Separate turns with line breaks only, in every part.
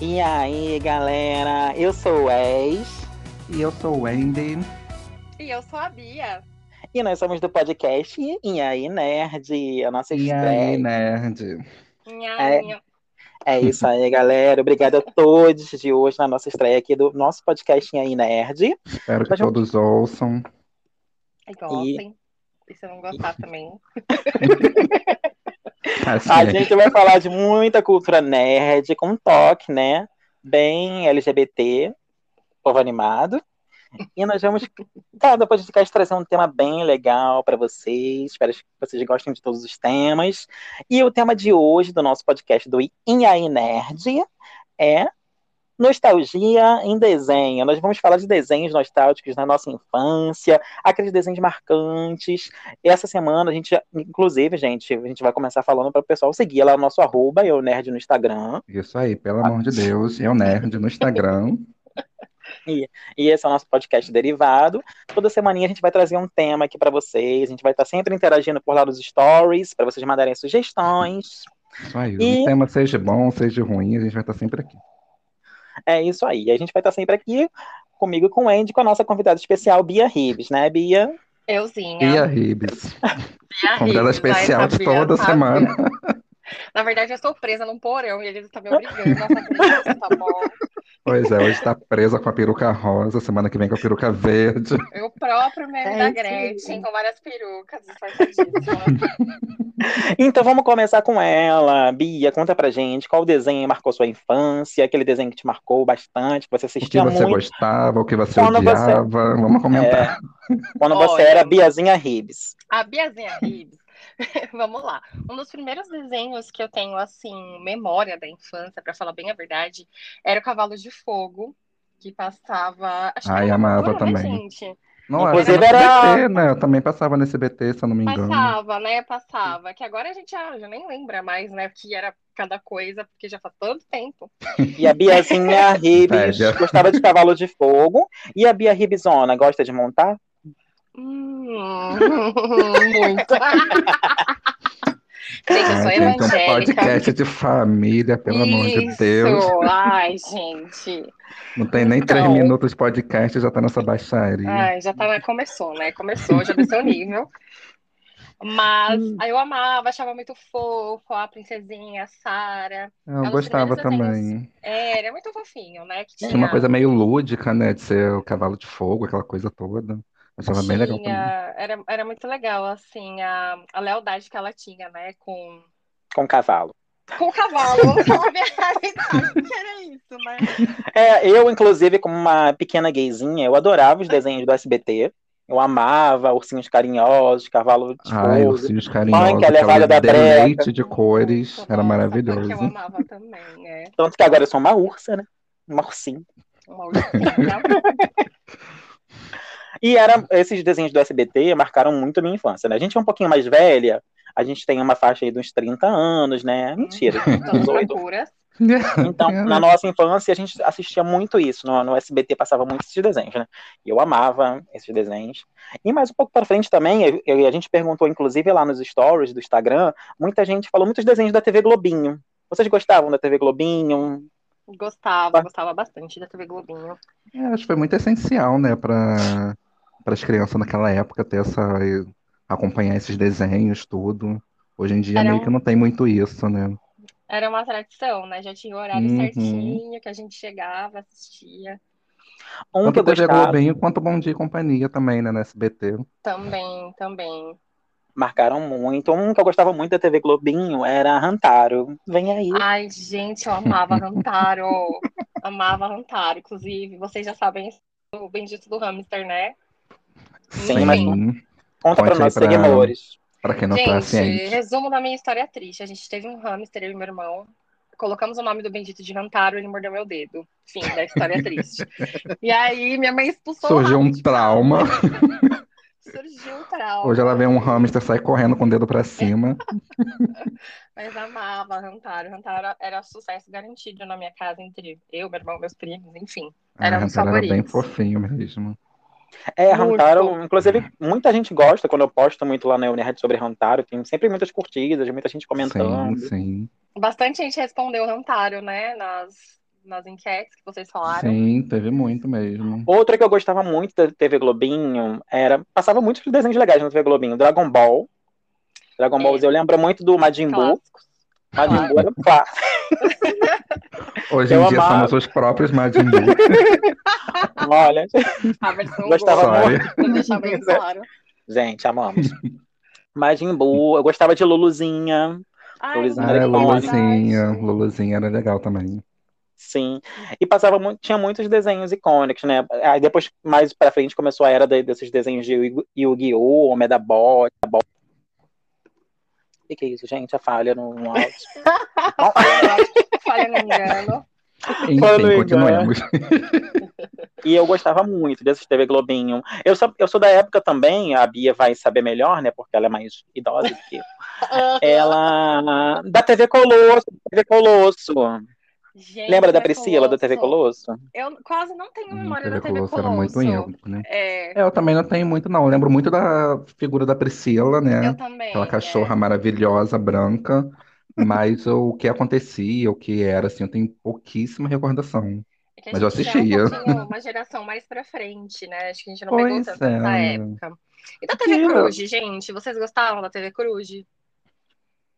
E aí, galera? Eu sou o Wes.
E eu sou o Wendy.
E eu sou a Bia.
E nós somos do podcast E aí, Nerd? A nossa
E aí, né?
estreia.
nerd?
É.
Nhainho.
É isso aí, galera. Obrigado a todos de hoje na nossa estreia aqui do nosso podcast E aí, Nerd.
Espero que
Mas eu-
todos ouçam.
E Gostem. É assim. E se não gostar também.
Assim,
A gente vai falar de muita cultura nerd, com um toque, né? Bem LGBT, povo animado. E nós vamos, tá, cada podcast, trazer um tema bem legal para vocês. Espero que vocês gostem de todos os temas. E o tema de hoje do nosso podcast do Inhaí Nerd é Nostalgia em desenho. Nós vamos falar de desenhos nostálgicos na nossa infância, aqueles desenhos marcantes. Essa semana a gente, inclusive, gente, a gente vai começar falando para o pessoal seguir lá o nosso arroba, eu nerd no Instagram.
Isso aí, pelo amor
Ah,
de Deus. Eu nerd no Instagram.
E esse é o nosso podcast derivado. Toda semaninha a gente vai trazer um tema aqui para vocês. A gente vai estar sempre interagindo por lá nos stories, para vocês mandarem sugestões.
Isso aí.
E-
O tema seja bom, seja ruim, a gente vai estar sempre aqui.
É isso aí. A gente vai estar sempre aqui comigo e com o Andy, com a nossa convidada especial, Bia Ribes, né, Bia?
Euzinha.
Bia Ribes,
Bia
convidada
Riggs,
especial
vai,
de
sabia,
toda
sabia.
semana.
Na verdade, eu sou presa num porão e eles estão me obrigando. Nossa, criança, tá bom.
Pois é, hoje está presa com a peruca rosa, semana que vem com a peruca verde.
Eu próprio meme
É
da
isso
Gretchen,
aí.
com várias perucas disfarçadíssimas.
Então vamos começar com ela. Bia, conta pra gente qual desenho marcou sua infância, aquele desenho que te marcou bastante, que você
O que
assistia
você
muito
gostava, o que você
Quando você- É.
odiava. Vamos comentar.
quando você
Olha.
era Biazinha Ribes.
A Biazinha Ribes. Vamos lá. Um dos primeiros desenhos que eu tenho, assim, memória da infância, pra falar bem a verdade, era o Cavalo de Fogo, que passava. Acho que
Ai,
era na
amava
Cultura, né,
também.
gente?
Não, acho que
Inclusive
no
era-
SBT, né? Eu também passava nesse BT, se eu não me engano.
Passava, né? Passava. Que agora a gente ah, já nem lembra mais, né? Que era cada coisa, porque já faz tanto tempo.
E a Biazinha Ribes
Inveja.
gostava de cavalo de fogo. E a Bia Ribzona gosta de montar?
Hum, muito.
Ai, gente,
gente, eu sou
é um
evangélica.
podcast de família, pelo amor de
Isso.
Deus.
Ai, gente.
Não tem nem três
Então.
minutos de podcast, já tá nessa baixaria. Ah,
Ai, já tá, começou, né? Começou, já desceu o nível. Mas aí eu amava, achava muito fofo a princesinha, a Sara.
eu
nos
gostava
primeiros
também.
É, Era muito fofinho, né? Que
Tinha uma
tinha-
coisa meio lúdica, né? De ser o cavalo de fogo, aquela coisa toda. Achava bem legal também.
Tinha, era, era muito legal, assim, a, a lealdade que ela tinha, né, com,
Com cavalo.
com o cavalo. Ela me- ela me- que era isso, né?
É, eu, inclusive, como uma pequena gayzinha, eu adorava os desenhos do SBT. Eu amava ursinhos carinhosos, cavalo de
Ai,
fogo.
ursinhos carinhosos,
que Tipo, é levada
aquela
da breca.
deleite de cores,
Nossa, é
era
nossa,
maravilhoso.
porque eu amava também, é.
Tanto que agora eu sou uma ursa, né? Uma ursinha.
Uma ursinha.
E era, esses desenhos do SBT marcaram muito a minha infância, né? A gente é um pouquinho mais velha, a gente tem uma faixa aí dos 30 anos, né? Mentira,
Todas
18.
loucuras.
Então, na nossa infância, a gente assistia muito isso. No, no SBT passava muito esses desenhos, né? E eu amava esses desenhos. E mais um pouco pra frente também, eu- eu- a gente perguntou, inclusive, lá nos stories do Instagram, muita gente falou muitos desenhos da TV Globinho. Vocês gostavam da TV Globinho? Um
Gostava, gostava bastante da TV Globinho.
É, acho que foi muito essencial, né, para as crianças naquela época ter essa acompanhar esses desenhos, tudo. Hoje em dia
Era
meio
um-
que não tem muito isso, né?
Era uma tradição, né? Já tinha o horário
Uhum.
certinho que a gente chegava, assistia
Um que
Tanto
eu
TV
gostava,
Globinho quanto Bom Dia e Companhia também, né, na SBT.
também, também.
marcaram muito. Um que eu gostava muito da TV Globinho era Rantaro. Vem aí.
Ai, gente, eu amava Rantaro. Amava Rantaro, inclusive. Vocês já sabem o bendito do hamster, né?
Sim,
Sim.
mas conta para
Conte aí
nossos
pra-
seguidores.
para quem não tá
Gente, é
ciente.
resumo da minha história triste. A gente teve um hamster, eu e meu irmão. Colocamos o nome do bendito de Rantaro, ele mordeu meu dedo. Fim da história triste. E aí, minha mãe expulsou o
Surgiu um
hamster.
trauma.
né? Surgiu o trauma.
Hoje ela vê um hamster sai correndo com o
É,
dedo pra cima.
Mas amava Rantaro. Rantaro era sucesso garantido na minha casa, entre eu, meu irmão, meus primos, enfim. Era
Ah,
um dos
Rantaro era bem
favoritos.
fofinho mesmo.
É,
Muito.
Rantaro, inclusive, muita gente gosta quando eu posto muito lá na Unirad sobre Rantaro. Tem sempre muitas curtidas, muita gente comentando.
Sim, sim.
Bastante gente respondeu Rantaro, né? Nas, nas enquetes que vocês falaram.
Sim, teve muito mesmo.
Outra que eu gostava muito da TV Globinho era. Passava muitos desenhos legais na TV Globinho. Dragon Ball. Dragon Ball Z. Eu lembro muito do Majin Buu.
Clássicos.
Majin Buu era um clássico.
Hoje em
Eu
dia
amava.
somos os próprios Majin Buu.
Olha,
A versão
Gostava
boa,
Sorry.
pra deixar bem
é.
claro.
gente, amamos. Majin Buu. Eu gostava de Luluzinha.
Ai,
Luluzinha
Ah,
era
é,
icônico.
Luluzinha.
verdade.
Luluzinha era legal também.
Sim. E passava muito, tinha muitos desenhos icônicos, né? Aí depois, mais pra frente, começou a era de- desses desenhos de Yu- Yu-Gi-Oh!, Homem da Bola. O que, que é isso, gente? A falha no, no áudio.
Falha no engano.
Enfim,
Falando em
continuemos.
E eu gostava muito desses TV Globinho. Eu sou, eu sou da época também, a Bia vai saber melhor, né? Porque ela é mais idosa do que eu. Ela. Da TV Colosso, TV Colosso.
Gente,
Lembra da
é
Priscila da TV Colosso?
Eu quase não tenho
Hum,
memória da
TV
TV
Colosso
Colosso.
era muito ímpar, né?
É,
É, Eu também não tenho muito, não. Eu lembro muito da figura da Priscila, né?
eu também.
Aquela
é.
cachorra maravilhosa, branca. Mas o que acontecia, o que era, assim, eu tenho pouquíssima recordação.
É que a
Mas eu
gente já É
assistia.
um pouquinho uma geração mais pra frente, né? Acho que a gente não pegou
Pois
tanto essa
é.
época. E da TV
Mentira.
Cruz, gente? Vocês gostaram da TV Cruz?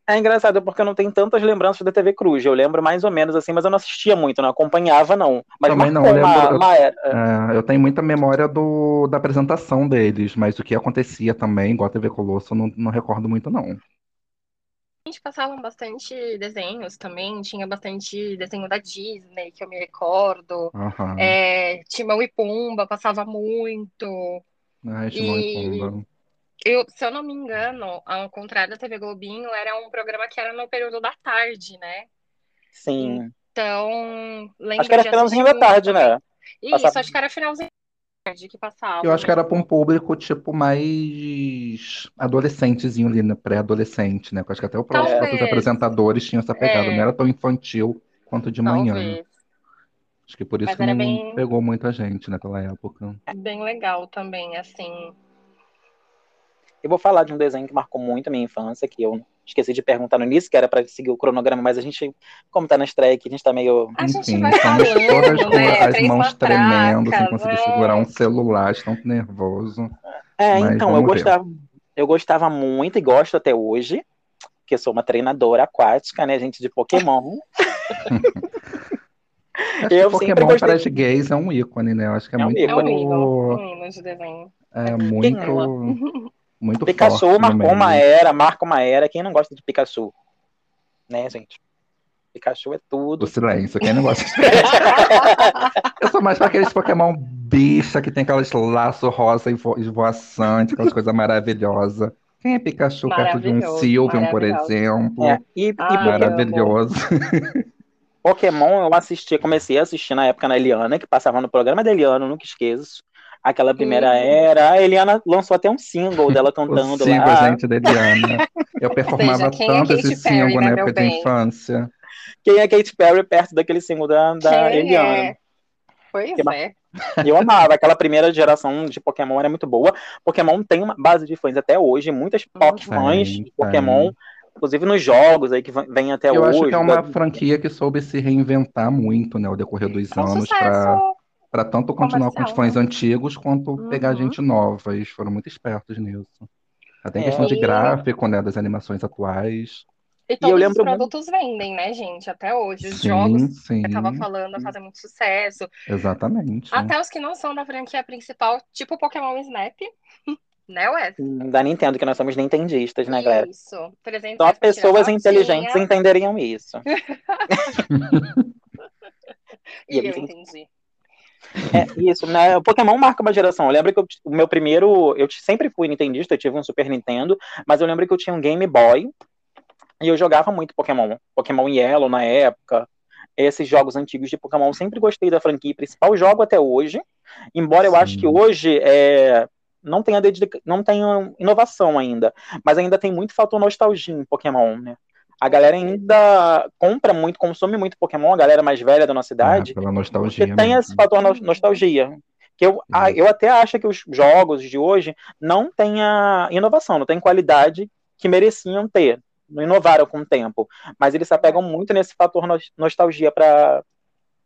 É engraçado, porque eu não tenho tantas lembranças da TV Cruz. Eu lembro mais ou menos assim, mas eu não assistia muito, não acompanhava, não. Mas
Também não,
marcou
eu
uma,
lembro-
uma era.
É, eu tenho muita memória do, da apresentação deles, mas o que acontecia também, igual a TV Colosso, eu não, não recordo muito, não.
A gente passava bastante desenhos também, tinha bastante desenho da Disney, que eu me recordo.
Aham.
Uhum.
É, Timão e Pumba passava muito.
Ai, Timão e
e-
Pumba.
Eu, se eu não me engano, ao contrário da TV Globinho, era um programa que era no período da tarde, né?
Sim.
Então, lembro
Acho que era
de
finalzinho
assistir
da tarde,
muito também.
né?
Isso,
Passava-
acho que era finalzinho da tarde que passava.
Eu acho que
né?
era para um público, tipo, mais adolescentezinho ali, né? Pré-adolescente, né? Porque eu acho que até o pró- os
Talvez.
próprios apresentadores tinham essa pegada.
É.
Não era tão infantil quanto de manhã. né?
Talvez.
Acho que por isso
Mas
que
era
não
bem-
pegou muita gente naquela época.
Bem legal também, assim.
Eu vou falar de um desenho que marcou muito a minha infância, que eu esqueci de perguntar no início, que era pra seguir o cronograma, mas a gente, como tá na estreia aqui, a gente tá meio.
A gente
Enfim,
vai
estamos
falando,
todas com
né?
as
Três
mãos tremendo, sem
matracas,
conseguir
é.
segurar um celular, de tanto nervoso.
É,
Mas
então, eu
vamos ver.
gostava, eu gostava muito e gosto até hoje, que eu sou uma treinadora aquática, né, gente, de Pokémon.
Acho que
Eu sempre
Pokémon
gostei-
para as gays é um ícone, né? Eu acho que é,
É um
muito.
É um hino,
muito.
um hino de desenho.
É
Ela.
muito. Muito
Pikachu
forte no
marcou
meio.
uma era, marca uma era. Quem não gosta de Pikachu? Né, gente? Pikachu é
Do
tudo.
silêncio, quem não gosta de Eu sou mais pra aqueles Pokémon bicha que tem aquelas laço rosa e vo- e voaçante, aquelas coisas maravilhosas. Quem é Pikachu perto de um
Maravilhoso,
Sylveon, por
maravilhoso.
exemplo?
É, E, e
Ah,
Poké-
Maravilhoso.
Pokémon eu assisti, comecei a assistir na época na Eliana, que passava no programa da Eliana, eu nunca esqueço. Aquela primeira era. A Eliana lançou até um single dela
O
cantando
single,
lá.
gente, da Eliana. Eu performava
Ou seja, quem é
tanto esse
Katy Perry,
single
né,
na
meu
época
bem?
de infância.
Quem é Katy Perry perto daquele single da, da
Quem
Eliana?
é? Pois
Que ma-
é.
Eu amava aquela primeira geração de Pokémon, era muito boa. Pokémon tem uma base de fãs até hoje, muitas POC fãs
Tem,
de Pokémon, inclusive nos jogos aí que vem- vem até
Eu
hoje.
acho que é
da-
uma
né?
franquia que soube se reinventar muito, né, ao decorrer dos
É um
anos, pra
sucesso.
para tanto continuar com os
comercial, né?
fãs antigos quanto pegar
Uhum.
gente nova. Eles foram muito espertos nisso. Até em
É.
questão de
E-
gráfico, né, das animações atuais.
E todos
lembro
os produtos vendem, né, gente? Até hoje. Os
sim,
jogos,
sim,
eu tava falando, fazem muito sucesso.
exatamente. É,
Até os que não são da franquia principal, tipo Pokémon Snap, né, Wes?
da Nintendo, que nós somos nintendistas, né, galera?
Isso.
Só
300 reais pra tirar
pessoas
fotinha.
inteligentes entenderiam isso.
E eu
Sim.
entendi.
É isso, né? O Pokémon marca uma geração. Eu lembro que eu t- o meu primeiro. Eu t- sempre fui nintendista, eu tive um Super Nintendo, mas eu lembro que eu tinha um Game Boy e eu jogava muito Pokémon. Pokémon Yellow na época. Esses jogos antigos de Pokémon, eu sempre gostei da franquia principal, jogo até hoje. Embora eu
Sim.
acho que hoje é, não tenha dedica- não tenha inovação ainda, mas ainda tem muito fator nostalgia em Pokémon, né? A galera ainda compra muito, consome muito Pokémon, a galera mais velha da nossa
Ah,
idade.
pela
Porque
nostalgia
tem
mesmo. né?
esse fator no- nostalgia. Que eu, ah, eu até acho que os jogos de hoje não têm a inovação, não têm qualidade que mereciam ter. Não inovaram com o tempo. Mas eles se apegam muito nesse fator nos- nostalgia para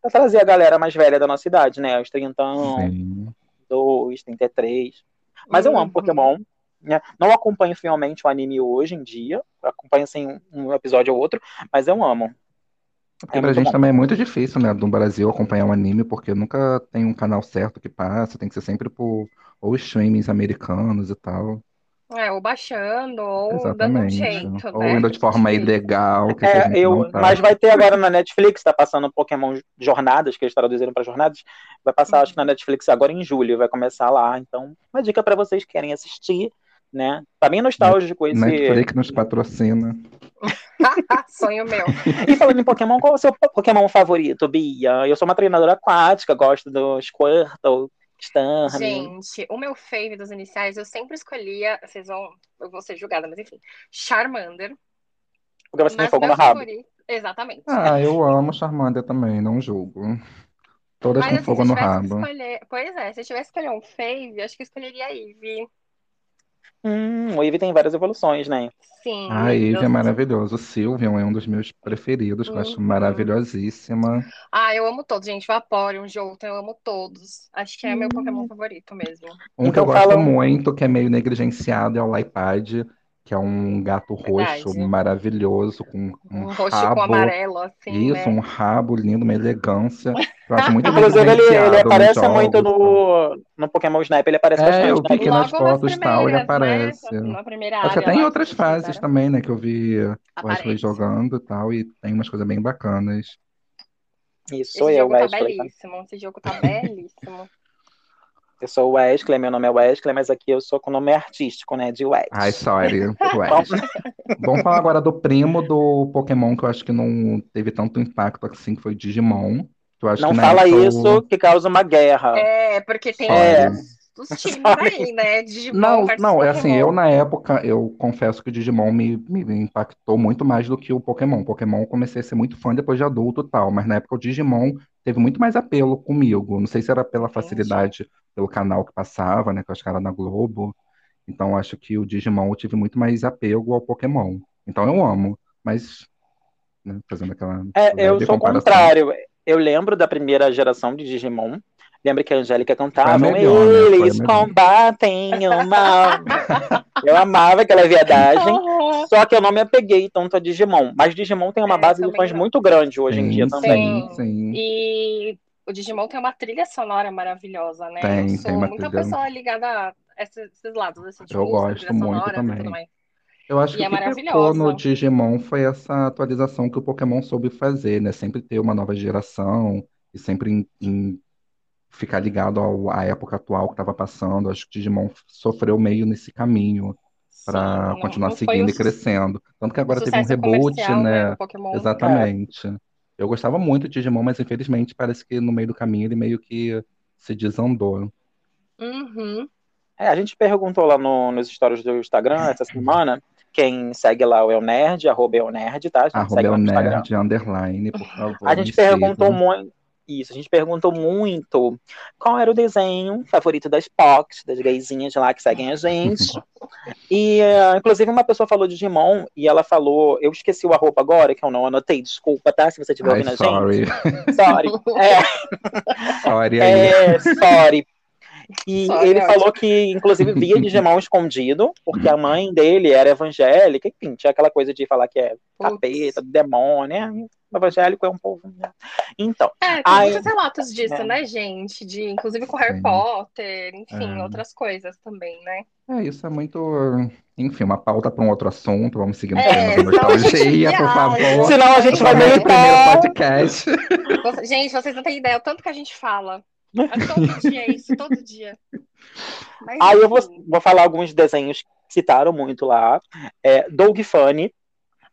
pra trazer a galera mais velha da nossa idade, né? Os 30,
Sim.
2, 33. Mas
Uhum.
eu amo Pokémon. né? Não acompanho finalmente o anime hoje em dia. Acompanho assim, um episódio ou outro, mas eu amo.
Porque
É
pra
muito
gente
bom.
também é muito difícil, né, do Brasil acompanhar um anime, porque nunca tem um canal certo que passa, tem que ser sempre por ou streamings americanos e tal.
É, ou baixando, ou dando um
Exatamente.
jeito,
ou
né?
ainda de forma
Difícil.
ilegal, que a
É,
gente
eu,
não tá. sabe.
mas vai ter agora na Netflix, tá passando Pokémon Jornadas, que eles traduziram pra Jornadas. Vai passar, acho que na Netflix agora em julho, vai começar lá. Então, uma dica pra vocês que querem assistir, né? Tá bem nostálgico esse.
Netflix nos patrocina.
Sonho meu.
E falando em Pokémon, qual é o seu po- Pokémon favorito, Bia? Eu sou uma treinadora aquática, gosto do Squirtle, Sturm.
Gente, o meu fave dos iniciais, eu sempre escolhia. Vocês vão. Eu vou ser julgada, mas enfim. Charmander.
Porque você tem
mas
é fogo no
meu
rabo.
favorito. Exatamente.
Ah, eu amo Charmander também, não julgo. Todas
Mas
Tá com
assim,
fogo
se
no
eu tivesse que
rabo.
escolher. Pois é, se eu tivesse que escolher um fave, acho que eu escolheria a Ivy.
Hum, o Eevee tem várias evoluções, né?
Sim.
Ah,
eu-
Eve é maravilhoso. O Sylveon é um dos meus preferidos, que eu acho
Uhum.
maravilhosíssima.
Ah, eu amo todos, gente. Vaporeon, Jolteon, eu amo todos. Acho que é meu
Hum.
Pokémon favorito mesmo.
Um que
Então
eu gosto
falam-
muito, que é meio negligenciado, é o Laipad, que é um gato roxo
Verdade.
maravilhoso, com um
Um roxo
rabo.
com amarelo, assim,
Isso,
né?
um rabo lindo, uma elegância. Eu acho muito
Inclusive, ele, ele
negligenciado nos
aparece
jogos.
muito no, no Pokémon Snap, ele aparece
É, eu
bastante.
vi que
né?
nas fotos, tal, ele
primeiras,
aparece.
né? Na primeira
Acho que
área
até em
lá
outras
que
fases
fizeram,
também, né? Que eu vi o Wesley
aparece.
jogando e tal, e tem umas coisas bem bacanas.
Isso,
Esse
sou eu,
jogo tá
Wesley. tá?
belíssimo. Esse jogo tá belíssimo.
Eu sou o Wesley, meu nome é Wesley, mas aqui eu sou com o nome artístico, né? De Wes.
Ai, sorry, Wesley. Vamos falar agora do primo do Pokémon, que eu acho que não teve tanto impacto assim, que foi o Digimon. Que eu acho
Não
que é na
fala
época o-
isso que causa uma guerra.
É, porque tem
É.
os, os times
Tá. Sorry.
aí, né? Digimon
Não,
versus
não, é assim, eu
Pokémon.
na época, eu confesso que o Digimon me, me impactou muito mais do que o Pokémon. Pokémon eu comecei a ser muito fã depois de adulto e tal, mas na época o Digimon teve muito mais apelo comigo. Não sei se era pela facilidade, pelo canal que passava, né, que eu acho que era na Globo. Então eu acho que o Digimon eu tive muito mais apego ao Pokémon. Então eu amo, mas, né, fazendo aquela
É, eu
leve
sou o
comparação.
contrário. Eu lembro da primeira geração de Digimon. Lembro que a Angélica cantava.
Foi a melhor, né? Foi a
Eles
melhor."
combatem o mal. eu amava aquela viadagem.
Uhum.
Só que eu não me apeguei tanto a Digimon. Mas Digimon tem uma
É,
base de
também
fãs
não.
muito grande hoje em dia
Sim,
também.
sim, sim.
E o Digimon tem uma trilha sonora maravilhosa, né?
Tem,
eu
tem
sou
uma
muita
trilha.
pessoa ligada a esses, esses lados, assim, de
Eu
música,
gosto
trilha
muito
sonora e
também.
tudo mais.
Eu acho
E
que
é
o que pecou
maravilhosa.
no Digimon foi essa atualização que o Pokémon soube fazer, né? Sempre ter uma nova geração e sempre em- em ficar ligado ao- à época atual que estava passando. Acho que o Digimon sofreu meio nesse caminho
Sim,
para
não-
continuar
não foi
seguindo e
o su-
crescendo. Tanto que agora teve um
sucesso
reboot,
comercial, né,
né?
do Pokémon.
Exatamente. Eu gostava muito de Digimon, mas infelizmente parece que no meio do caminho ele meio que se desandou.
Uhum.
É, a gente perguntou lá no- nos stories do Instagram essa
Uhum.
semana. Quem segue lá é o Eu Nerd, arroba Eu Nerd, tá? A gente
Arroba
segue lá no Instagram.
Ah, Nerd, underline, por favor.
A gente
me sigam.
perguntou muito. Isso, a gente perguntou muito qual era o desenho favorito das Pox, das gaysinhas lá que seguem a gente. E, eh, inclusive, uma pessoa falou de Digimon e ela falou. Eu esqueci o arroba agora, que eu não anotei, desculpa, tá? Se você estiver
Ai,
ouvindo a gente.
sorry.
Sorry. É,
Sorry aí. né?
é, sorry. E
Sorry, é
ele
ótimo.
falou que, inclusive, via Digimon escondido, porque
Uhum.
a mãe dele era evangélica, enfim, tinha aquela coisa de falar que é
Putz.
capeta, demônio, né? O evangélico é um povo. né? Então.
É, tem
Ai,
muitos relatos disso,
é.
né, gente? De, inclusive com Harry
Sim.
Potter, enfim,
É.
outras coisas também, né?
É, isso é muito. Enfim, uma pauta para um outro assunto. Vamos seguir no
É,
tema da
senão a gente
nostalgia, por
viaja.
favor.
Senão a gente
Esse
vai
é o nosso primeiro
militar.
podcast.
Você- gente, vocês não têm ideia o tanto que a gente fala. É todo dia é isso, todo dia. Mas,
Aí eu vou,
enfim.
vou falar alguns desenhos que citaram muito lá. É, Doug Funny,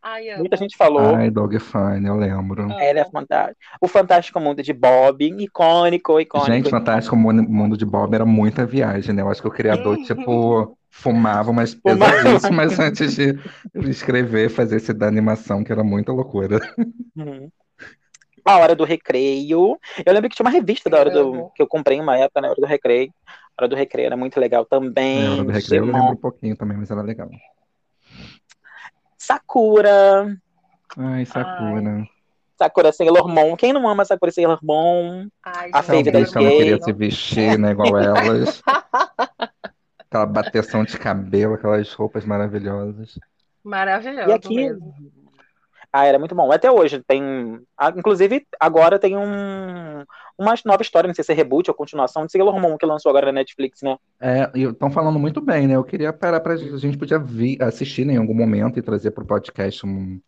Ai, amo.
muita gente falou.
Ai, Dog Fine, eu lembro.
Amo.
Ela é fantástica. O Fantástico Mundo de Bob, icônico, icônico.
Gente, Fantástico Mundo- Mundo de Bob era muita viagem, né? Eu acho que o criador,
Uhum.
tipo, fumava umas
Fumava.
pesadíssimas antes de escrever, fazer esse da animação, que era muita loucura.
Uhum. A Hora do Recreio. Eu lembro que tinha uma revista da Hora
Eu
do.
amo.
que eu comprei uma época na Hora do Recreio. A Hora do Recreio era muito legal também.
Na É, hora do recreio, eu
Digimon.
lembro um pouquinho também, mas era legal.
Sakura.
Ai, Sakura.
Sakura Sailor Moon. Quem não ama Sakura Sailor Moon?
Ai,
A
gente,
Faith
Talvez
das
que ela não
gays.
queria se vestir, né, igual elas. Aquela bateção de cabelo, aquelas roupas maravilhosas.
Maravilhoso
E aqui.
mesmo.
Ah, era muito bom. Até hoje tem. ah, Inclusive, agora tem um. Uma nova história, não sei se é reboot ou continuação, de Sailor Moon que lançou agora na Netflix, né?
É, e estão falando muito bem, né? Eu queria parar pra a gente podia vir, assistir né, em algum momento e trazer pro podcast um-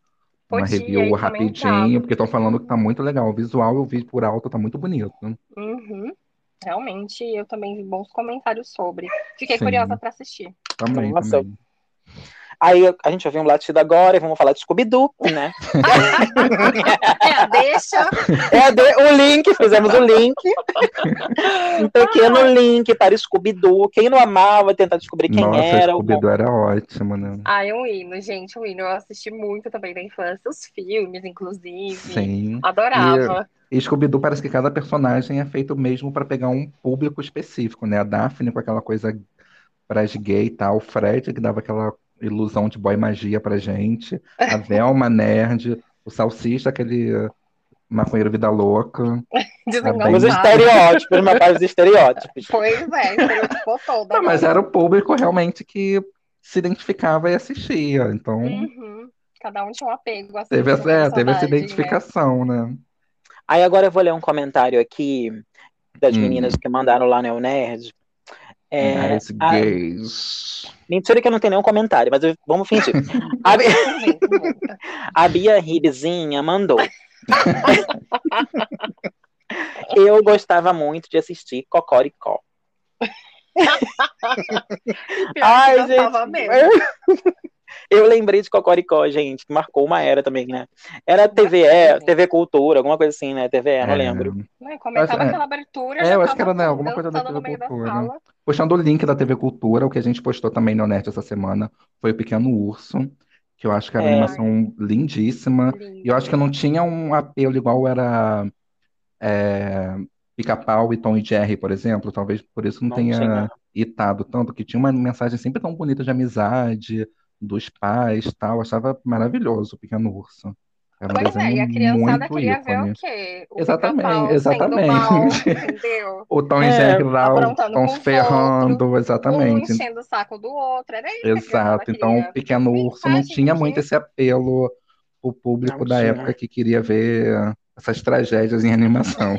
uma
Podia,
review
e comentar.
rapidinho, porque estão falando que tá muito legal. O visual eu vi por alto, tá muito bonito.
Uhum. Realmente, eu também vi bons comentários sobre. Fiquei
Sim.
curiosa pra assistir.
Também,
Nossa.
também.
Aí a gente já viu um latido agora e vamos falar de Scooby-Doo, né?
É a deixa.
É, de- o link, fizemos o link. Um pequeno link para Scooby-Doo. Quem não amava, tentar descobrir quem
Nossa,
era. o
Scooby-Doo era ótimo, né?
Ah, é um hino, gente, um hino. Eu assisti muito também na infância, os filmes, inclusive.
Sim.
Adorava.
E Scooby-Doo parece que cada personagem é feito mesmo para pegar um público específico, né? A Daphne com aquela coisa pras gay e tal, o Fred que dava aquela ilusão de boy magia pra gente, a Velma nerd, o Salsicha, aquele maconheiro vida louca.
Os
Bem-
Desengonçado.
estereótipos, uma parte dos estereótipos.
Pois é, estereotipou toda. né?
Não, Ah, mas é um era o público realmente que se identificava e assistia, então
Uhum. Cada um tinha um apego. Assim,
teve essa,
pra
é,
uma
teve essa
personagem, né?
identificação, né?
Aí agora eu vou ler um comentário aqui das
Hum.
meninas que mandaram lá no El Nerd. É,
Mulheres
a-
Ah, gays.
Mentira que eu não tenho nenhum comentário, mas eu- vamos fingir. A, Bi-
Muito, muito.
a Bia Ribzinha mandou. eu gostava muito de assistir Cocoricó.
Pior que
Ai,
gostava
gente.
mesmo.
Eu lembrei de Cocoricó, gente, que marcou uma era também, né? Era TV, é, TV Cultura, alguma coisa assim, né? TV, é, não
É.
lembro.
Né, começava
Acho- é.
aquela abertura.
É,
já
eu acho
tava
que era, né, alguma coisa da
dançando no
TV
meio da
Cultura. né?
sala.
Postando o link da TV Cultura, o que a gente postou também no Nerd essa semana foi o Pequeno Urso, que eu acho que era uma
É.
animação lindíssima. E eu
Lindo.
acho que não tinha um apelo igual era é, Pica-Pau e Tom e Jerry, por exemplo. Talvez por isso não
Não
tenha
tinha.
hitado tanto, que tinha uma mensagem sempre tão bonita de amizade, dos pais e tal. Eu achava maravilhoso o Pequeno Urso. Era um
Pois é, e a
desenho
criançada
muito
queria ver
ícone.
o quê? O
Exatamente,
pica-pau sendo
exatamente.
mal, entendeu? Um
O Tom e
É,
Jerry lá,
aprontando
estão
com
se
os
ferrando,
Um
exatamente.
enchendo o saco do outro, era isso que a criançada
Exato, então
queria.
o Pequeno
Vem
Urso
cá,
não
gente.
tinha muito esse apelo o público
Não
da
tinha.
época que queria ver essas tragédias em animação.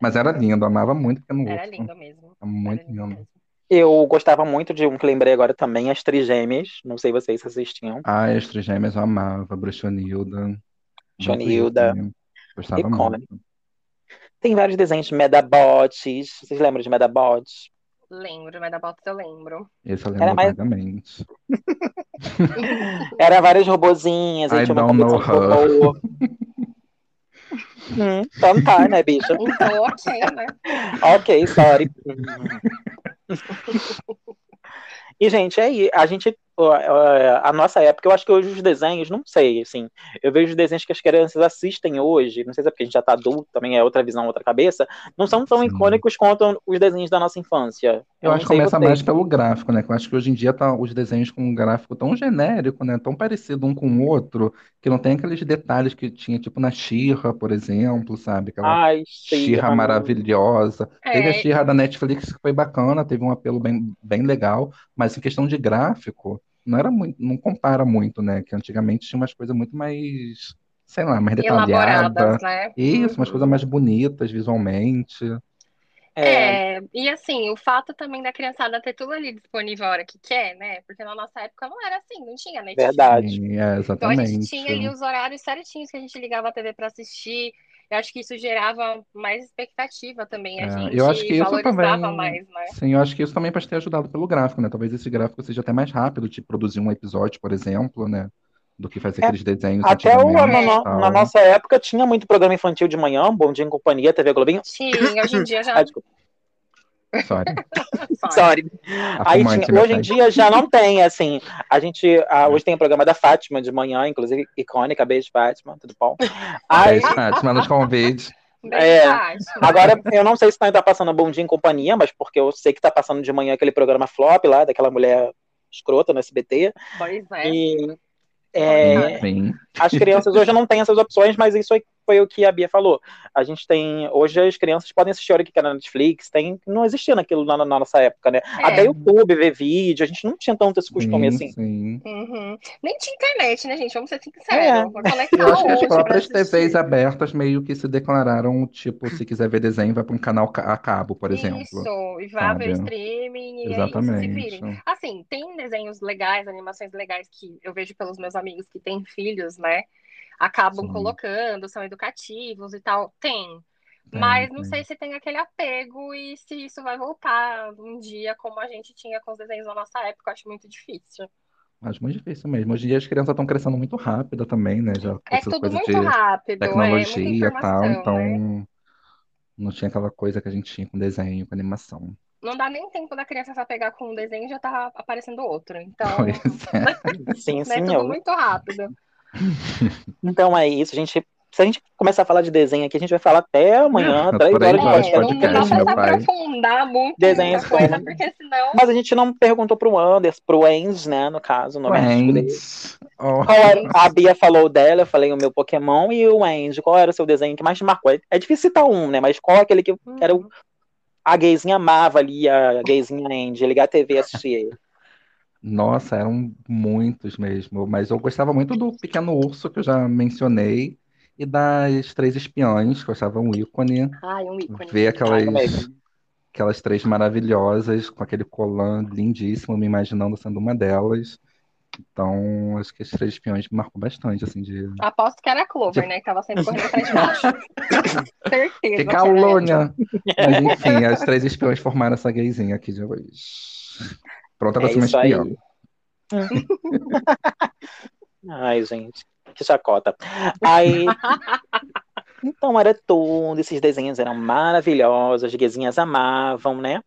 Mas era lindo, amava muito Pequeno
Era
Urso.
lindo mesmo.
Era muito
era lindo
lindo.
mesmo.
Eu gostava muito de um que lembrei agora também, As Trigêmeas. Não sei vocês se assistiam.
Ah, as Trigêmeas eu amava, Bruxonilda. Muito
Bruxonilda.
ícone. Gostava
Icônica.
muito.
Tem vários desenhos de Medabots. Vocês lembram de Medabots?
Lembro, mas da bota eu lembro.
Esse eu
Era
lembro
é mais-
vagamente.
Era várias robozinhas, aí
I
tinha uma
don't know
competição de robô. Hum, então tá, né, bicha?
Então, ok, né?
Ok, sorry. e, gente, é aí. A gente. ó, ó, A nossa época, eu acho que hoje os desenhos, não sei, assim. Eu vejo os desenhos que as crianças assistem hoje, não sei se é porque a gente já tá adulto, também é outra visão, outra cabeça, não são tão
Sim.
icônicos quanto os desenhos da nossa infância.
Eu
não
acho que
sei
começa
vocês.
mais pelo gráfico, né? Que Eu acho que hoje em dia tá os desenhos com um gráfico tão genérico, né? Tão parecido um com o outro, que não tem aqueles detalhes que tinha, tipo, na Xirra, por exemplo, sabe? Aquela
Ai, sim.
né? Xirra
ah,
maravilhosa. Teve a
É,
Xirra da Netflix que foi bacana, teve um apelo bem, bem legal, mas em questão de gráfico, não era muito, não compara muito, né? Que antigamente tinha umas coisas muito mais, sei lá, mais detalhada.
elaboradas, né?
Isso,
Uhum.
umas coisas mais bonitas visualmente.
É,
É, e assim, o fato também da criançada ter tudo ali disponível a hora que quer, né? Porque na nossa época não era assim, não tinha Netflix.
verdade.
Sim, é,
Então a gente
exatamente.
tinha ali os horários certinhos que a gente ligava a TV para assistir. Eu acho que isso gerava mais expectativa também. A
É,
gente
eu acho que isso
valorizava
também- um
mais, né?
Sim, eu acho que isso também pode ter ajudado pelo gráfico, né? Talvez esse gráfico seja até mais rápido de produzir um episódio, por exemplo, né? Do que fazer
É,
aqueles desenhos
Até o, na,
antigamente e
na-
tal.
na nossa época tinha muito programa infantil de manhã, Bom Dia em Companhia, TV Globinho.
Sim, hoje em dia já é
Ah, desculpa,
Sorry,
sai.
sorry. Aí
fumante
tinha-
me É.
hoje em
segue.
dia já não tem, assim. A gente. ah, hoje tem o programa da Fátima de manhã, inclusive icônica, beijo, Fátima, tudo bom? Aí,
Beijo, Fátima, nos convide.
Bem
É.
prático.
agora, eu não sei se ainda tá passando Bom Dia em Companhia, mas porque eu sei que tá passando de manhã aquele programa flop lá, daquela mulher escrota no SBT.
Pois é.
E. é,
Enfim, Ah, é.
as crianças hoje não têm essas opções, mas isso foi o que a Bia falou. A gente tem. Hoje as crianças podem assistir a hora que quer na Netflix, tem, não existia naquilo na, na nossa época, né?
É.
Até YouTube, ver vídeo, a gente não tinha tanto esse costume assim.
Sim.
Uhum. Nem tinha internet, né, gente? Vamos ser
É.
sinceros. Vou conectar
Eu acho que as
hoje pra
próprias
assistir.
TVs abertas meio que se declararam, tipo, se quiser ver desenho, vai para um canal ca- a cabo, por exemplo.
Isso, e vá ver o
sabe?
streaming, e é isso, se virem.
Exatamente.
Assim, tem desenhos legais, animações legais que eu vejo pelos meus amigos que têm filhos, né? Acabam
Sim.
colocando, são educativos e tal. Tem.
Tem,
Mas não
tem.
sei se tem aquele apego e se isso vai voltar um dia, como a gente tinha com os desenhos da nossa época, eu acho muito difícil.
Acho muito difícil mesmo. Hoje em dia as crianças estão crescendo muito rápido também, né? Já com
É
essas
tudo
coisas de
muito rápido, é muita
tecnologia e
informação,
tal,
né?
então não tinha aquela coisa que a gente tinha com desenho, com animação.
Não dá nem tempo da criança se apegar com um desenho e já tá aparecendo outro. Então,
Pois é.
Sim,
né, é
sim.
tudo
eu-
muito rápido.
Então é isso, gente. Se a gente começar a falar de desenho aqui, a gente vai falar até amanhã,
Ah, Por
três
aí
horas de
vai,
É, não, não
podcast.
dá pra
podcast,
se
meu pai.
aprofundar muito
Desenho
nessa coisa,
escolar.
porque senão
Mas a gente não perguntou pro Anders, pro Enz, né, no caso, o nome artístico dele.
Friends. Oh.
Qual era- a Bia falou dela, eu falei o meu Pokémon e o Enz. Qual era o seu desenho que mais te marcou? É, é difícil citar um, né? Mas qual é aquele que era o- a gayzinha amava ali, a gayzinha Andy, ligar a TV e assistir.
Nossa, eram muitos mesmo. Mas eu gostava muito do Pequeno Urso, que eu já mencionei, e das Três Espiãs, que eu achava um ícone.
Ai, um ícone.
Ver
Ah,
aquelas,
também.
aquelas três maravilhosas, com aquele colã lindíssimo, me imaginando sendo uma delas. Então, acho que as Três Espiãs me marcou bastante, assim, de...
Aposto que era a Clover,
De-
né? Que tava sempre correndo atrás de baixo. Certeza.
Que
que era ela.
calúnia! Mas enfim, as Três Espiãs formaram essa gayzinha aqui de hoje. Pronta pra
É
ser uma
isso aí.
espiã.
Ai, gente, que chacota. Aí. Então era tudo, esses desenhos eram maravilhosos, as guizinhas amavam, né?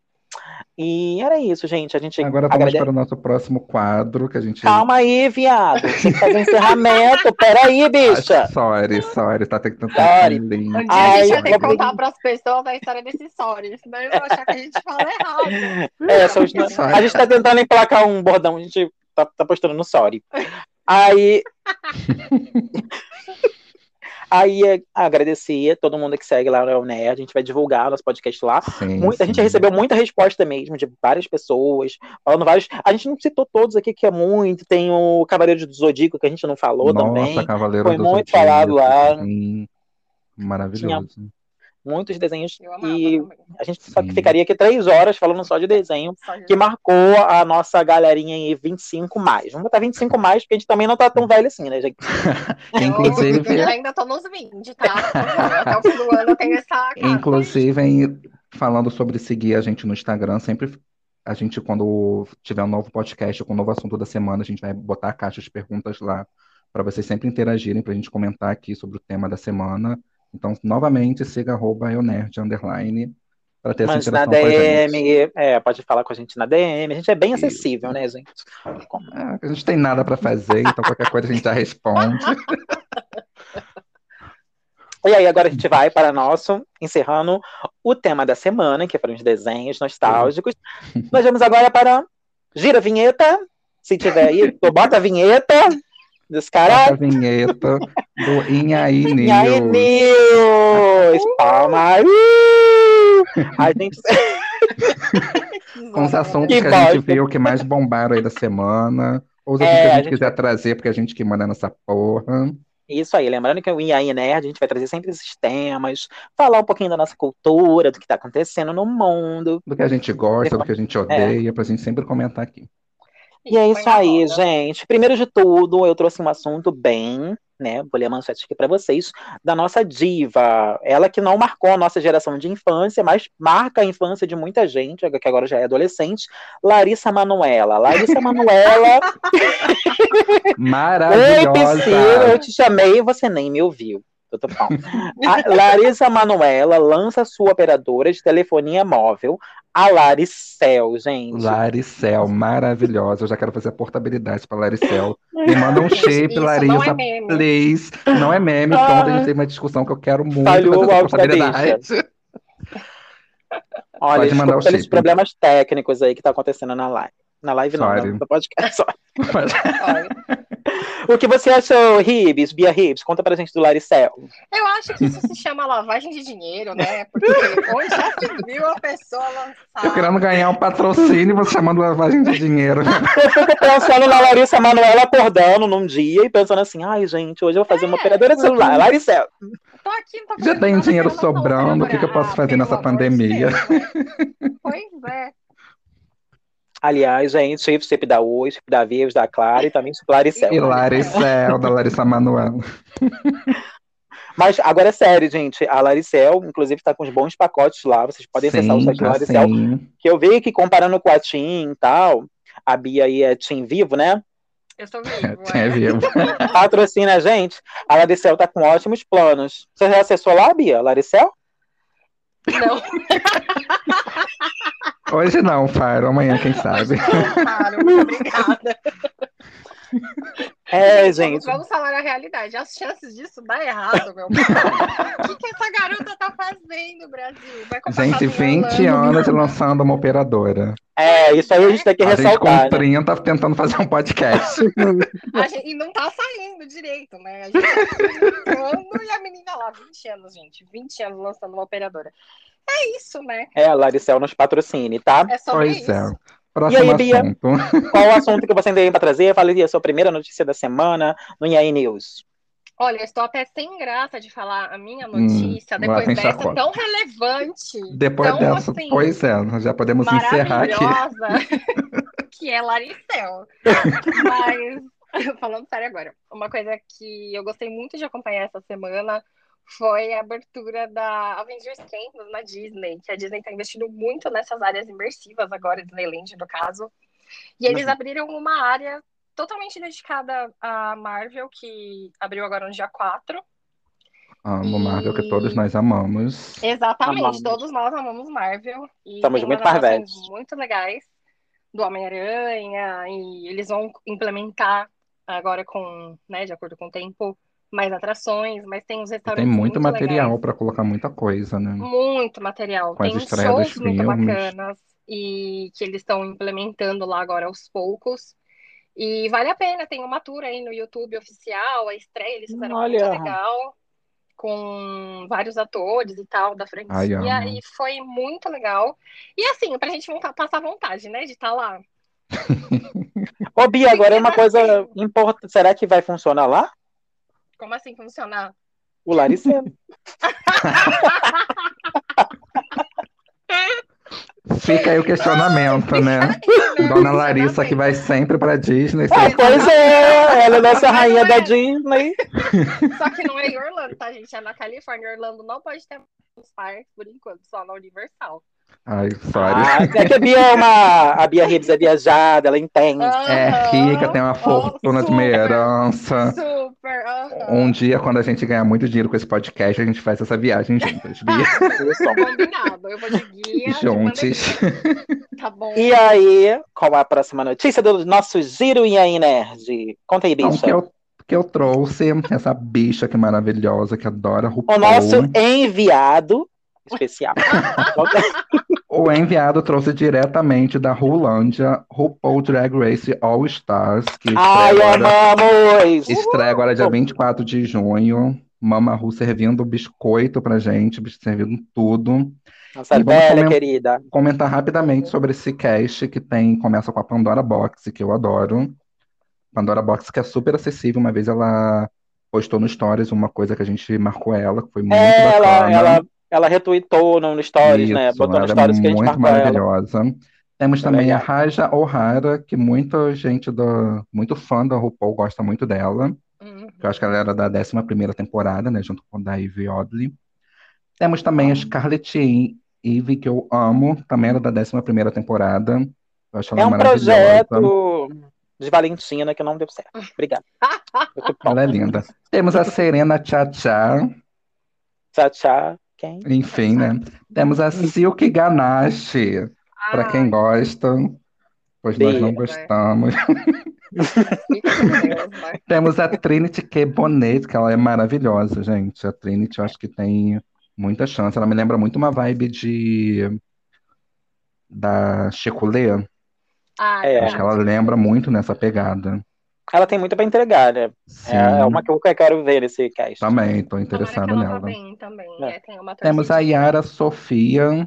E era isso, gente. A gente
Agora vamos
agradece.
para o nosso próximo quadro, que a gente...
Calma aí, viado. Tem que fazer um encerramento. Peraí, bicha.
Ah, sorry, sorry, tá tentando
é. Sorry.
Um dia a
Ai,
gente vai ter que
obrigado.
contar pras pessoas a história desses stories, senão eles vão achar que a gente fala errado.
É, só os-
Sorry.
A gente tá tentando emplacar um bordão, a gente tá, tá postando no Sorry. Aí. Aí é, agradecer a todo mundo que segue lá no Nerd. A gente vai divulgar o nosso podcast lá.
Sim,
Muita, a gente
sim.
recebeu muita resposta mesmo de várias pessoas, falando vários. A gente não citou todos aqui, que é muito. Tem o Cavaleiro do Zodíaco, que a gente não falou
Nossa,
também.
Cavaleiro
Foi
do
muito
Zodíaco,
falado lá.
sim. Maravilhoso.
Muitos desenhos.
Eu amava
E
também.
a gente só que
Sim.
ficaria aqui três horas falando só de desenho,
Só de-
que marcou a nossa galerinha aí 25 mais. Vamos botar 25 mais, porque a gente também não tá tão velho assim, né, gente?
Inclusive-
Eu ainda tô nos 20, tá? Até o fim do ano eu tenho essa.
Inclusive, em- falando sobre seguir a gente no Instagram, sempre a gente, quando tiver um novo podcast com um novo assunto da semana, a gente vai botar a caixa de perguntas lá para vocês sempre interagirem, para a gente comentar aqui sobre o tema da semana. Então, novamente, siga arroba eunerd, underline, para ter essa
Mas na
interação com a gente.
DM, é, pode falar com a gente na DM. A gente é bem acessível, né, gente?
É, a gente tem nada para fazer, então qualquer coisa a gente já responde.
E aí, agora a gente vai para nosso, encerrando o tema da semana, que foram os desenhos nostálgicos. Nós vamos agora para. Gira a vinheta. Se tiver aí, tu bota a vinheta. Dos
Essa
caras.
vinheta do Inhaí
E aí,
News.
News! Palma! Uh! A gente.
com os assuntos
Que
que, a gente
bosta.
viu que mais bombaram aí da semana. Ou os
É,
assuntos que
a
a gente
gente
quiser trazer, porque a gente que manda nessa porra.
Isso aí, lembrando que o IAI Nerd, a gente vai trazer sempre esses temas, falar um pouquinho da nossa cultura, do que está acontecendo no mundo.
Do que a gente gosta, do que a gente
É.
odeia, pra gente sempre comentar aqui.
E é isso
Põe na
aí,
roda.
gente. Primeiro de tudo, eu trouxe um assunto bem, né? Vou ler a manchete aqui para vocês, da nossa diva. Ela que não marcou a nossa geração de infância, mas marca a infância de muita gente, que agora já é adolescente, Larissa Manoela. Larissa Manoela, oi, Priscila, eu
Maravilhosa!
te chamei e você nem me ouviu. Eu tô falando. A Larissa Manoela lança sua operadora de telefonia móvel, a Laricel, gente.
Laricel, maravilhosa. Eu já quero fazer a portabilidade pra Laricel. Me manda um shape,
Isso não é
Larissa,
meme.
please. Não é meme, porque
Ah.
ontem a gente teve uma discussão que eu quero muito
Falhou
fazer
o
essa
áudio da
portabilidade.
Olha,
Pode mandar
desculpa
o
pelos
chip.
problemas técnicos aí que tá acontecendo na live. Na live
Sorry.
não, no podcast. Sorry.
Mas-
Olha,
O que você achou, Ribs, Bia Ribs? Conta pra gente do Laricel.
Eu acho que isso se chama lavagem de dinheiro, né? Porque onde já se viu a pessoa lançar.
Eu querendo ganhar um patrocínio e você chamando lavagem de dinheiro.
Eu fico pensando na Larissa Manoela acordando num dia e pensando assim, ai, gente, hoje eu vou fazer uma
É.
operadora de celular, Laricel.
Tô aqui, não tô
Já
fazendo
tem
nada, então
dinheiro
eu não sou
sobrando, o que que eu
câmera.
posso fazer
pelo
nessa
amor de
pandemia?
Deus, né? Pois é.
Aliás, gente, chip da Oi, chip da Vives, da Clara e também chip Laricel.
E Laricel, da Larissa Manoela.
Mas agora é sério, gente, a Laricel, inclusive, tá com uns bons pacotes lá, vocês podem acessar o site da
já
Laricel.
tá sim.
Que eu vi que comparando com a Tim e tal, a Bia aí é Tim Vivo, né?
Eu sou
É, é
vivo.
vivo.
Patrocina a gente. A Laricel tá com ótimos planos. Você já acessou lá, Bia? Laricel?
é. Não,
Hoje não, Faro, amanhã quem sabe.
não, claro, muito obrigada.
É,
Vamos-
gente.
Vamos falar a realidade. As chances disso dar errado, meu pai. O que, que essa garota tá fazendo, Brasil? Vai comprar
Gente,
casa em
20
Orlando.
anos lançando uma operadora.
É, isso aí a gente tem que
A gente
ressaltar.
com
né?
30 tentando fazer um podcast.
A gente- e não tá saindo direito, né? A gente tá entrando e a menina lá, 20 anos, gente. 20 anos lançando uma operadora. É isso, né?
É, Laricel nos patrocine, tá?
É sobre
Pois
isso.
é. Próximo
E aí, Bia?
assunto.
Qual o assunto que você tem pra trazer? Fala aí a sua primeira notícia da semana no IAI News.
Olha, eu estou até sem graça de falar a minha
Hum, lá
notícia depois
vem
dessa
chacota.
tão relevante,
Depois
Então,
dessa,
assim,
pois é, nós já podemos encerrar aqui.
maravilhosa, que é Laricel. Mas, falando sério agora, uma coisa que eu gostei muito de acompanhar essa semana foi a abertura da Avengers Campus na Disney, que a Disney está investindo muito nessas áreas imersivas agora, Disneyland no caso. E eles
Uhum.
abriram uma área totalmente dedicada à Marvel, que abriu agora no dia 4.
Amo Marvel, que todos nós amamos.
Exatamente,
Amamos.
todos nós amamos Marvel. E
Somos
tem
muito
umas
parvés.
ações muito legais do Homem-Aranha, e eles vão implementar agora com, né, de acordo com o tempo, mais atrações, mas tem uns
Tem
restaurantes
muito material
legais,
para colocar muita coisa, né?
muito material,
Com as
tem uns
estreias dos
shows muito
filmes.
bacanas e que eles estão implementando lá agora aos poucos. E vale a pena, tem uma tour aí no YouTube oficial, a estreia eles fizeram
Olha.
muito legal, com vários atores e tal da franquia,
Ai, amo.
e foi muito legal. E assim, pra gente voltar, passar vontade, né, de estar lá.
Ô, Bia, agora é uma coisa importante. Será que vai funcionar lá?
Como assim funcionar?
O Laricel?
Fica aí o questionamento, né? Dona Larissa, que vai sempre pra Disney.
Ah,
sempre-
pois é, ela é nossa rainha da Disney.
Só que não é em Orlando, tá, gente? É na Califórnia. Orlando não pode ter os parques, por enquanto, só na Universal.
Ai, sorry.
Ah, é que a Bia é uma. A Bia Ribs é viajada, ela entende.
Ah.
É rica, tem uma fortuna de uma herança.
Super, aham.
Um dia, quando a gente ganhar muito dinheiro com esse podcast, a gente faz essa viagem juntas,
Ah,
Bia.
Combinado, eu vou de guia. de
Juntos.
bandeirinha. Tá bom.
E aí, qual é a próxima notícia do nosso Giro e aí, Nerd? Conta aí,
Então,
bicha.
que eu, que eu trouxe essa bicha que maravilhosa, que adora RuPaul.
O nosso
então.
enviado especial.
O enviado trouxe diretamente da Rulândia, RuPaul Drag Race All Stars, que
Ai,
estreia é agora,
amamos!
estreia agora dia 24 de junho. Mama Ru servindo biscoito pra gente, bis- servindo tudo.
Nossa
E vamos um
velha
comen-
querida.
Comentar rapidamente sobre esse cast que tem, começa com a Pandora Box, que eu adoro. Pandora Box que é super acessível. Uma vez ela postou no Stories uma coisa que a gente marcou ela, que foi muito
É, ela,
bacana.
ela, ela retweetou no, no Stories, né?
Isso,
Botou no
ela é
Stories que a gente
muito
marcou ela.
maravilhosa. Temos
Ela é
também a
gata.
Raja O'Hara, que muita gente do, muito fã da RuPaul gosta muito dela.
Uhum.
que Eu acho que ela era da 11ª temporada, né, junto com a da Ivy Oddly. Temos também a Scarlett Ivy, que eu amo, também era da 11ª temporada. Eu acho ela
É um
maravilhosa. então.
projeto de Valentina que não deu certo. Obrigada. Muito bom.
Ela é linda. Temos a Serena Tchatchá,
Tchau, tchau. Quem?
enfim, né? Temos a Silk Ganache. Para
Ah.
quem gosta, pois nós não
Sim.
gostamos.
Ah, Fica com Deus, vai.
Temos a Trinity que Bonet, que ela é maravilhosa, gente. A Trinity, eu acho que tem muita chance. Ela me lembra muito uma vibe de da Checulê.
Ah,
É.
Acho que ela lembra muito nessa pegada.
Ela tem muito pra entregar, né?
Sim, Tá
É, é uma que eu quero ver nesse cast.
também, tô
tomara que
interessado
tá
ela vá
nela.
bem também.
É.
É, tem uma
Temos a Yara Sofia,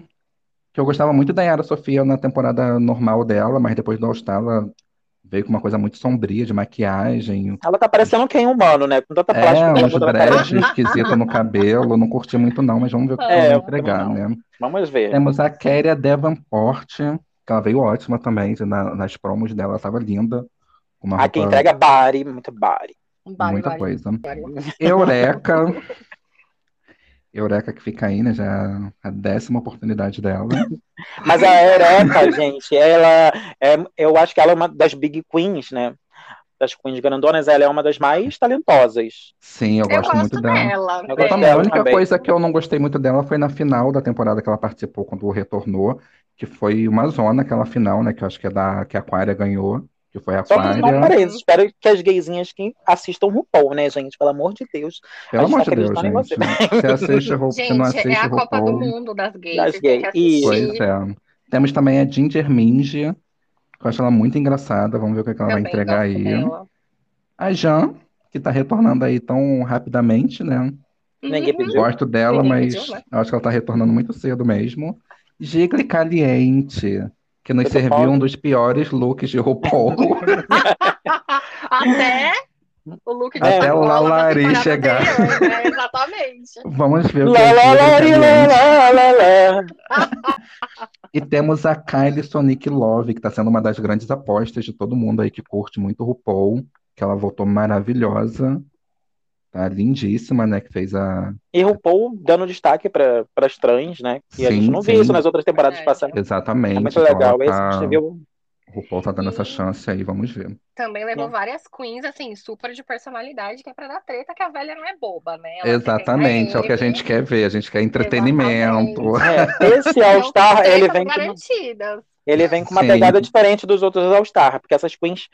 que eu gostava muito da Yara Sofia na temporada normal dela, mas depois do All-Star ela veio com uma coisa muito sombria de maquiagem.
Ela tá parecendo quem humano, né? Com tanta plástica.
É,
que ela
uns
botou na cara.
dreads esquisitos no cabelo, não curti muito não, mas vamos ver o que ela
É,
vai
eu
entregar,
também
né?
Vamos ver.
Temos a Kéria Davenport, que ela veio ótima também, na- nas promos dela, ela tava linda, com uma
A que
roupa,
entrega body, muito body.
um
muita coisa. Eureka. Eureka que fica aí, né? Já a décima oportunidade dela.
Mas a Eureka, gente, ela é, eu acho que ela é uma das big queens, né? Das queens grandonas, ela é uma das mais talentosas.
Sim, eu
Eu
gosto muito dela.
dela.
É, Eu
Eu
gosto
também, a
dela
única
também.
coisa que eu não gostei muito dela foi na final da temporada que ela participou, quando retornou, que foi uma zona aquela final, né? Que eu acho que é da que a Aquária ganhou, que foi a
Só que não
Aquária.
aparece. Espero que as gaysinhas que assistam o RuPaul, né, gente? Pelo amor de Deus.
Pelo
a gente
amor
tá
de Deus,
acreditando em
gente. Você assiste RuPaul, você não
Gente,
assiste
é a Copa do
RuPaul.
Mundo das gays.
Das
vocês têm que
gays,
assistir.
Pois é. Temos também a Ginger Minge, que eu acho ela muito engraçada. Vamos ver o que, é que ela vai
Também
entregar
gosto
aí.
dela.
A Jean, que tá retornando aí tão rapidamente, né?
Ninguém
Uhum.
pediu.
Gosto dela,
Ninguém
mas
pediu, né?
eu acho que ela tá retornando muito cedo mesmo. Gigli Caliente, que nos
Eu tô
serviu
pobre.
um dos piores looks de RuPaul.
tá.
Até o look de
Até
sacola
lá,
da
Lari
temporada
chegar.
anterior, né? Exatamente.
Vamos ver o
Lá,
que é
lá,
Gigli
lá, ri, lá,
Caliente.
lá, lá, lá.
E temos a Kylie Sonic Love, que tá sendo uma das grandes apostas de todo mundo aí que curte muito RuPaul, que ela voltou maravilhosa. Tá lindíssima, né? Que fez a.
E RuPaul dando destaque para as trans, né? E a gente
Sim,
não vê
sim.
isso nas outras temporadas
Verdade.
passadas.
Exatamente.
É muito
então ela
legal. Esse
tá-
que você viu
RuPaul tá dando essa
E-
chance aí, vamos ver.
Também levou
Sim.
várias queens, assim, super de personalidade, que é pra dar treta, que a velha não é boba, né? Ela tem
Exatamente, é o que a
carisma.
gente quer ver, a gente quer entretenimento.
É, esse
Então,
All-Star, ele
tretas
vem com,
garantidas.
ele vem com uma
Sim.
pegada diferente dos outros All-Star, porque essas queens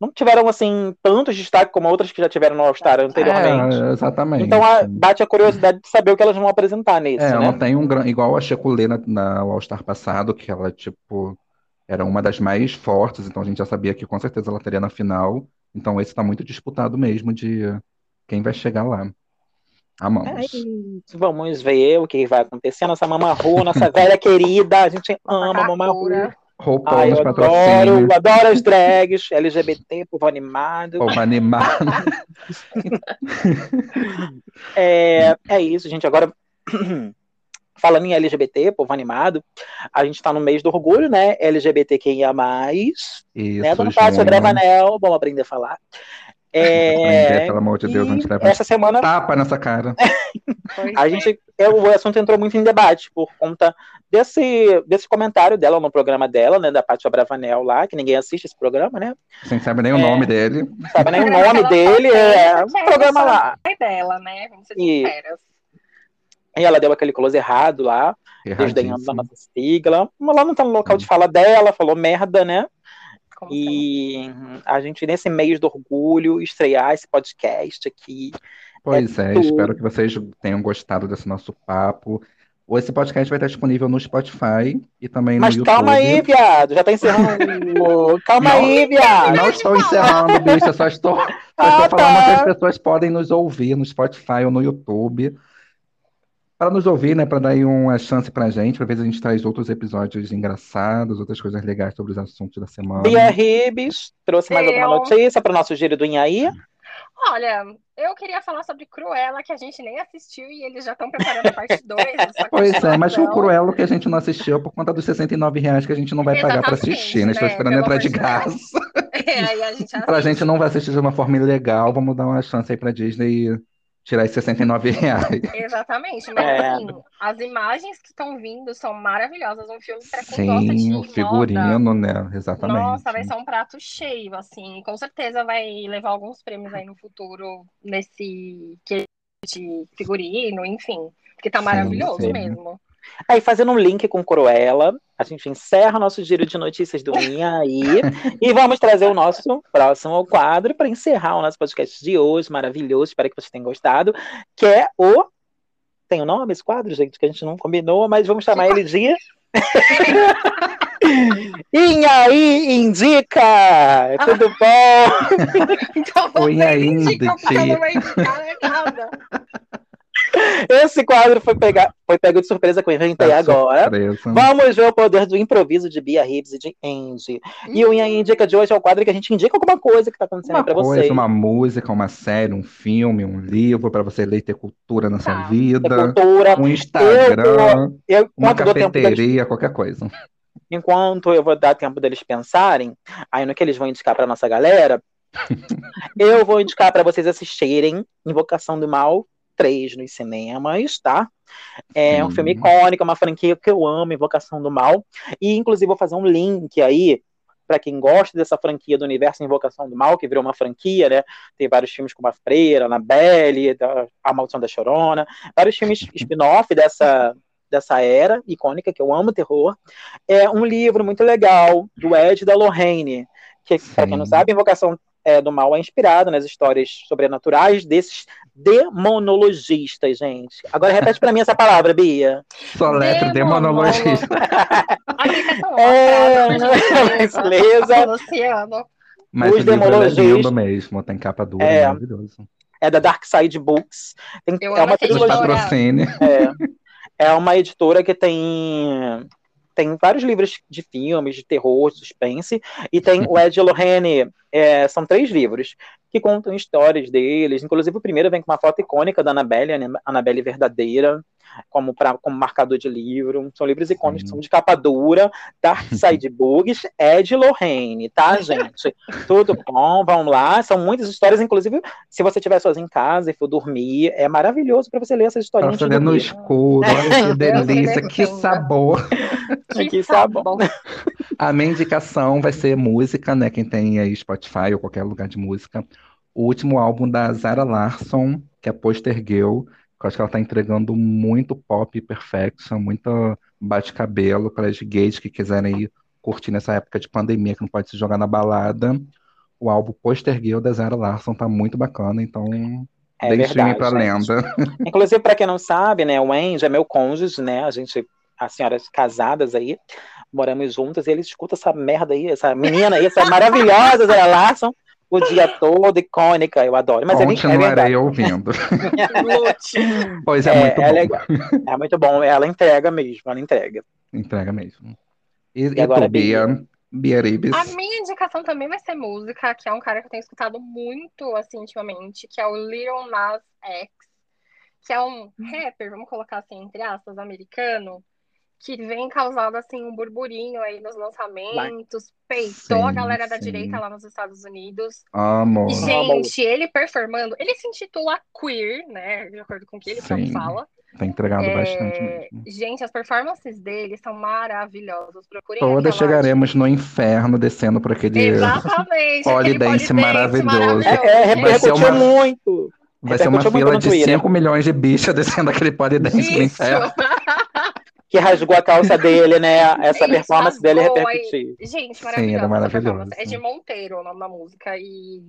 não tiveram, assim, tanto destaque como outras que já tiveram no All-Star anteriormente.
É, exatamente.
Então a- bate a curiosidade de saber o que elas vão apresentar nesse,
É, ela
né?
tem um grande. Igual a Checulê na, na All Star passado, que ela, tipo, era uma das mais fortes, então a gente já sabia que com certeza ela teria na final. Então esse tá muito disputado mesmo de quem vai chegar lá.
Ai,
Amamos.
vamos ver o que vai acontecer. Nossa Mama Ru, nossa velha querida, a gente ama é a
Uma
Mama Ru.
loucura.
RuPaul
Ai,
nos
eu adoro,
patrocínios,
eu adoro as drags, LGBT, povo animado.
povo animado.
É, é isso, gente. Agora, falando em LGBT, povo animado, a gente tá no mês do orgulho, né? LGBTQIA+,
Isso,
né? Dona Tati,
junho.
grava anel, vamos aprender a falar.
Aprender,
É,
pelo amor de Deus, antes de
e
levar
essa semana
tapa nessa cara.
Pois
a
é.
gente, é, o assunto entrou muito em debate por conta desse, desse comentário dela no programa dela, né, da Pátia Bravanel lá, que ninguém assiste esse programa, né?
A gente sabe nem o
É.
nome dele.
Não sabe nem o
Programa
nome
que ela só
dele,
tem,
é um
porque
programa
ela só
lá.
sai dela, né? Vamos ser
E-
sinceras.
E ela deu aquele close errado lá, desdenhando da
Erradíssimo.
nossa sigla. Mas ela não tá no local de fala dela, falou merda, né?
Como
E a gente, nesse mês do orgulho, estrear esse podcast aqui.
Pois é,
tudo.
espero que vocês tenham gostado desse nosso papo. Esse podcast vai estar disponível no Spotify e também
Mas
no YouTube.
calma aí, viado, já tá encerrando. calma
Não.
aí, viado.
Não estou encerrando, bicha, só estou, só estou
Ah,
falando que as
tá.
pessoas podem nos ouvir no Spotify ou no YouTube. Para nos ouvir, né? Para dar aí uma chance pra gente, para ver se a gente traz outros episódios engraçados, outras coisas legais sobre os assuntos da semana.
Bia Ribes trouxe mais
Eu.
alguma notícia para o nosso giro do Inhaí.
Olha, eu queria falar sobre Cruella, que a gente nem assistiu e eles já estão preparando a parte 2.
Pois é, mas o Cruella que a gente não assistiu por conta dos R$ 69 reais que a gente não vai pagar para assistir, né? A gente tá
Exatamente, né?
esperando
Pelo
entrar de
amor de Deus.
graça.
É, aí a gente
Pra
assiste.
gente não vai assistir de uma forma ilegal, vamos dar uma chance aí pra Disney e tirar esses 69 reais.
Exatamente, mas
É.
assim, as imagens que estão vindo são maravilhosas. Um filme pra quem gosta de
Sim, o
moda.
figurino, né? Exatamente.
Nossa, vai ser um prato cheio, assim. Com certeza vai levar alguns prêmios aí no futuro nesse que de figurino, enfim. Porque tá
Sim,
maravilhoso
sim.
mesmo.
Aí, fazendo um link com Cruella, a gente encerra o nosso giro de notícias do Inhaí. e vamos trazer o nosso próximo quadro para encerrar o nosso podcast de hoje, maravilhoso. Espero que vocês tenham gostado. Que é o. Tem o nome esse quadro, gente, que a gente não combinou, mas vamos chamar ele de e aí, indica! Tudo bom?
Então
Oi,
você
aí,
indica porque eu
Didi.
não vou indicar errada.
Esse quadro foi, pegar, foi pego de surpresa que eu inventei
Tá
agora.
surpresa.
Vamos ver o poder do improviso de Bia Hibbs e de Andy. E o Inha Indica de hoje é o quadro que a gente indica alguma coisa que tá acontecendo
Uma
aí pra
coisa,
vocês.
uma música, uma série, um filme, um livro pra você ler e ter cultura na sua
Tá.
Da
vida,
É cultura.
um Instagram,
Eu,
uma
enquanto, eu dou tempo deles,
cafeteria, qualquer coisa.
enquanto eu vou dar tempo deles pensarem, aí no que eles vão indicar pra nossa galera, eu vou indicar pra vocês assistirem Invocação do Mal 3 nos cinemas, tá? É um
Sim.
filme icônico, é uma franquia que eu amo, Invocação do Mal. E, inclusive, vou fazer um link aí pra quem gosta dessa franquia do universo Invocação do Mal, que virou uma franquia, né? Tem vários filmes como A Freira, Anabelle, da- A Maldição da Chorona, vários filmes spin-off dessa, dessa era icônica, que eu amo terror. É um livro muito legal, do Ed da Lorraine, que, pra quem não
Sim.
sabe, Invocação é, do Mal é inspirado nas histórias sobrenaturais desses demonologistas, gente. Agora repete pra mim essa palavra, Bia.
Soletre, demonologista.
tá
É, beleza.
beleza. Luciano.
Mas
Os
o livro ele é
demonologistas.
lindo mesmo, tem capa dura,
É.
maravilhoso.
É da Dark Side Books. Tem-
Eu
é
amo
uma
essa
Os
Trilogia.
trilogia.
patrocínios.
É, é uma editora que tem tem vários livros de filmes, de terror, de suspense, e tem o Ed Lorraine, é, são três livros, que contam histórias deles, inclusive o primeiro vem com uma foto icônica da Annabelle, Ana- Annabelle Verdadeira, como, pra, como marcador de livro, são livros icônicos,
Sim.
são de capa dura, Dark Side Books, Ed Lorraine, tá, gente? Tudo bom, vamos lá, são muitas histórias, inclusive, se você estiver sozinho em casa e for dormir, é maravilhoso para você ler essas
Pra
historinhas
você
antes de
ler no
dormir.
escuro, olha que delícia, que sabor.
Aqui,
Que
tá
sabor.
bom.
A minha indicação vai ser música, né? Quem tem aí Spotify ou qualquer lugar de música. O último álbum da Zara Larsson, que é Poster Girl, que eu acho que ela tá entregando muito pop perfection, muito bate-cabelo para as gays que quiserem ir curtir nessa época de pandemia, que não pode se jogar na balada. O álbum Poster Girl da Zara Larsson tá muito bacana, então
É
dê
verdade,
streaming pra
gente.
lenda.
Inclusive, para quem não sabe, né, o Andy é meu cônjuge, né? A gente, as senhoras casadas aí, moramos juntas, e ele escuta essa merda aí, essa menina aí, essa maravilhosa Zara Larson, o dia todo, icônica, eu adoro. Mas é, bem- é verdade.
Continuarei ouvindo.
Lute.
Pois é,
É,
muito
é
bom.
legal. É muito bom, ela entrega mesmo, ela entrega.
Entrega mesmo. E, e
agora,
tu, Bia? Bia Ribes.
A minha indicação também vai ser música, que é um cara que eu tenho escutado muito, assim, ultimamente, que é o Lil Nas X, que é um rapper, vamos colocar assim, entre aspas, americano, que vem causando, assim, um burburinho aí nos lançamentos, peitou a
Sim,
galera da
sim.
direita lá nos Estados Unidos.
Amo.
E,
Amo.
gente, ele performando, ele se intitula Queer, né, de acordo com o que ele próprio
Sim.
fala.
Tá entregado
É,
bastante mesmo.
Gente, as performances dele são maravilhosas, procurem
Todas
aquela-
chegaremos no inferno descendo por aquele.
Exatamente.
Pole
aquele
dance
pole
maravilhoso.
É, é,
Vai ser
repercutiu
uma-
muito.
Vai ser uma
repercutiu muito
fila
no
de
Twitter.
5 milhões de bichas descendo aquele pole dance do
Isso.
inferno.
Que rasgou a calça dele, né? Essa
Isso,
performance dele é
rasgou, aí-
repercutiu.
Gente,
Sim,
maravilhosa.
era
essa
maravilhosa.
performance. É de Monteiro o nome da música. E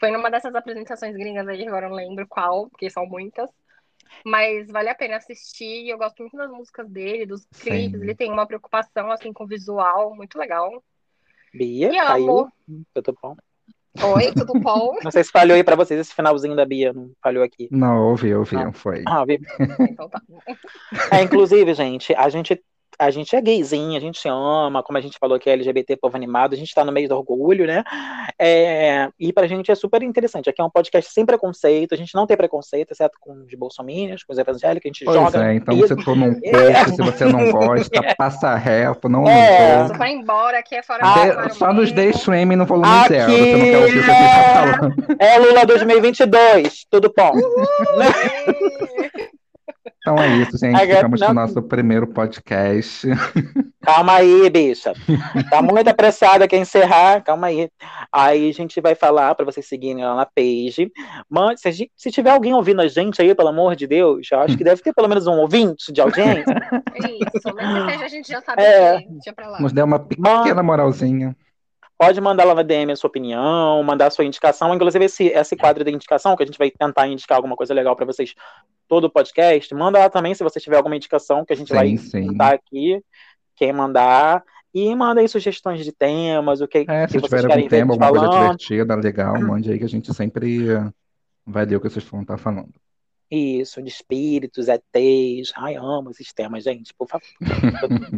foi numa dessas apresentações gringas aí, agora eu não lembro qual, porque são muitas. Mas vale a pena assistir. Eu gosto muito das músicas dele, dos clipes.
Sim.
Ele tem uma preocupação assim com o visual, muito legal.
Bia, tá
E
caiu.
amo.
Tudo bom.
Oi, tudo bom?
Não sei se falhou aí pra vocês esse finalzinho da Bia, não falhou aqui.
Não, ouvi, ouvi,
Ah.
foi.
Ah, vi-
então tá.
É, inclusive, gente, a gente, a gente é gayzinha, a gente ama, como a gente falou que é LGBT, povo animado, a gente tá no meio do orgulho, né? É, e pra gente é super interessante. Aqui é um podcast sem preconceito, a gente não tem preconceito, exceto com os bolsominions, com os evangélicos, a gente
Pois
joga.
é, então
e-
se tu não curte, se você não gosta, passa reto, não
É.
nos
Você
ouve.
vai embora, aqui é fora
Ah,
do
Dê-
armário
só nos
mesmo.
dê streaming no volume
Aqui
zero. Você não quer ouvir o que a gente
é-
tá falando.
É Lula 2022, tudo bom.
Ui!
Então é isso, gente.
Agora-
Ficamos
não.
com o nosso primeiro podcast.
Calma aí, bicha. Tá muito apressada quer encerrar. Calma aí. Aí a gente vai falar pra vocês seguirem lá na page. Mande, se, a gente- se tiver alguém ouvindo a gente aí, pelo amor de Deus, eu acho que deve ter pelo menos um ouvinte de audiência.
É Isso, mesmo que a gente já sabe
É.
que deixa pra lá.
Nos dê uma pequena moralzinha.
Pode mandar lá na DM a sua opinião, mandar a sua indicação. Inclusive, esse, esse quadro da indicação, que a gente vai tentar indicar alguma coisa legal pra vocês todo o podcast. Manda lá também se você tiver alguma indicação que a gente
Sim,
vai
sim.
tentar aqui. Que quem mandar. E mandem sugestões de temas, o que,
É,
que
se
vocês
tiver
querem
algum
ver
tema,
eles
alguma coisa
falando.
divertida, legal, mande aí que a gente sempre eh, vai ler o que vocês vão estar falando.
Isso, de espíritos, ETs. Ai, amo esses temas, gente, por favor.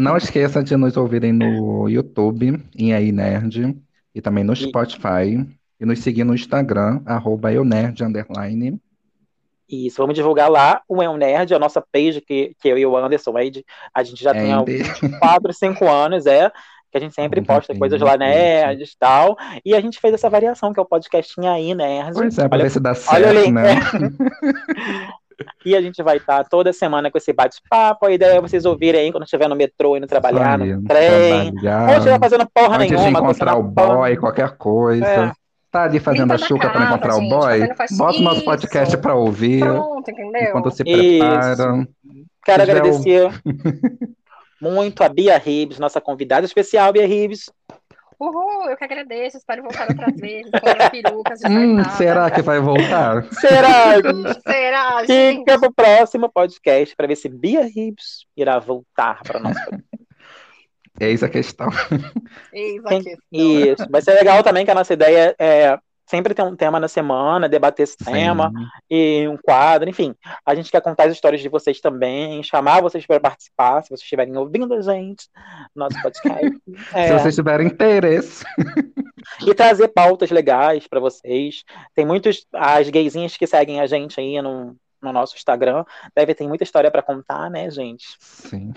Não esqueça de nos ouvirem no YouTube, em aí Nerd, e também no
E-
Spotify, e nos seguir no Instagram, arroba eu nerd, underline.
Isso, vamos divulgar lá o É um Nerd, a nossa page, que, que eu e o Anderson Wade, a gente já tem há
Ender.
4, 5 anos, é. Que a gente sempre
Bom,
posta
tem
coisas
uma
lá
coisa.
nerds e tal. E a gente fez essa variação, que é o podcastinho aí, nerd.
Pois é, pra
Olha-
ver se dá
olha
certo,
ali. É,
né?
E a gente vai estar toda semana com esse bate-papo. A ideia é vocês ouvirem aí quando estiver no metrô, indo trabalhar,
Isso aí,
no trem.
trabalhar.
Ou estiver fazendo porra
Antes de
nenhuma.
encontrar o
coçando a
boy, qualquer coisa.
É.
Tá ali fazendo
Limpa
a
da
chuca pra
casa,
encontrar
gente,
o boy?
fazendo faxina.
Bota o nosso
Isso.
podcast pra ouvir,
Pronto, entendeu?
enquanto se
Isso.
preparam.
Quero
Se tiver
agradecer muito a Bia Ribes, nossa convidada especial, Bia Ribes.
Uhul, eu que agradeço, espero voltar outras vezes, com perucas de
Hum, será que vai voltar?
Será?
Será, gente?
Fica pro próximo podcast para ver se Bia Ribes irá voltar para nosso
Eis É a questão.
Eis
Tem-
aqui.
é.
Isso. Vai ser legal também que a nossa ideia é sempre ter um tema na semana, debater esse tema
Sim.
e um quadro, enfim. A gente quer contar as histórias de vocês também, chamar vocês para participar, se vocês estiverem ouvindo a gente, nosso podcast. É,
Se vocês tiverem interesse.
E trazer pautas legais para vocês. Tem muitos as gaysinhas que seguem a gente aí no, no nosso Instagram, deve ter muita história para contar, né, gente?
Sim.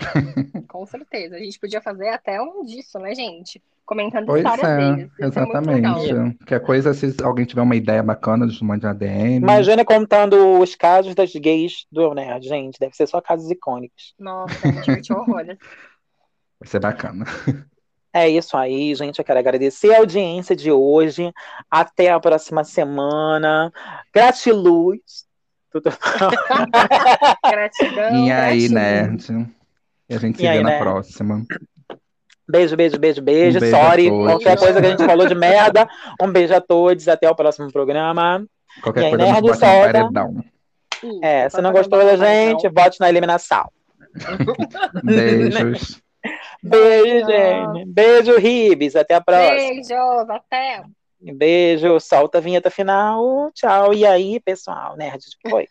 Com certeza. A gente podia fazer até um disso, né, gente? Comentando
Pois
histórias
é,
deles. assim, Isso É muito
exatamente.
legal.
Que a coisa, se alguém tiver uma ideia bacana, nos mande uma DM.
Imagina contando os casos das gays do Eu Nerd, gente, deve ser só casos icônicos.
Nossa, a gente curtiu horrores.
Vai ser bacana.
É isso aí, gente. Eu quero agradecer a audiência de hoje. Até a próxima semana. Gratiluz. Tudo
Gratidão.
e aí, né?
gratidão.
nerd? E a gente
E
se
aí,
vê na
nerd?
próxima.
Beijo, beijo, beijo, beijo.
Um beijo
Sorry,
a todos.
qualquer coisa que a gente falou de merda. Um beijo a todos. Até o próximo programa. E
Qualquer
aí,
coisa, nos
nerd
bota um no
solta.
paredão.
Isso,
É, se não
bota
gostou
na
da
mão,
gente, vote na eliminação.
Beijos.
Beijo, gente. Beijo, Ribes. Até a
então.
próxima.
Beijos, até.
Beijo. Solta a vinheta final. Tchau. E aí, pessoal? Nerd foi.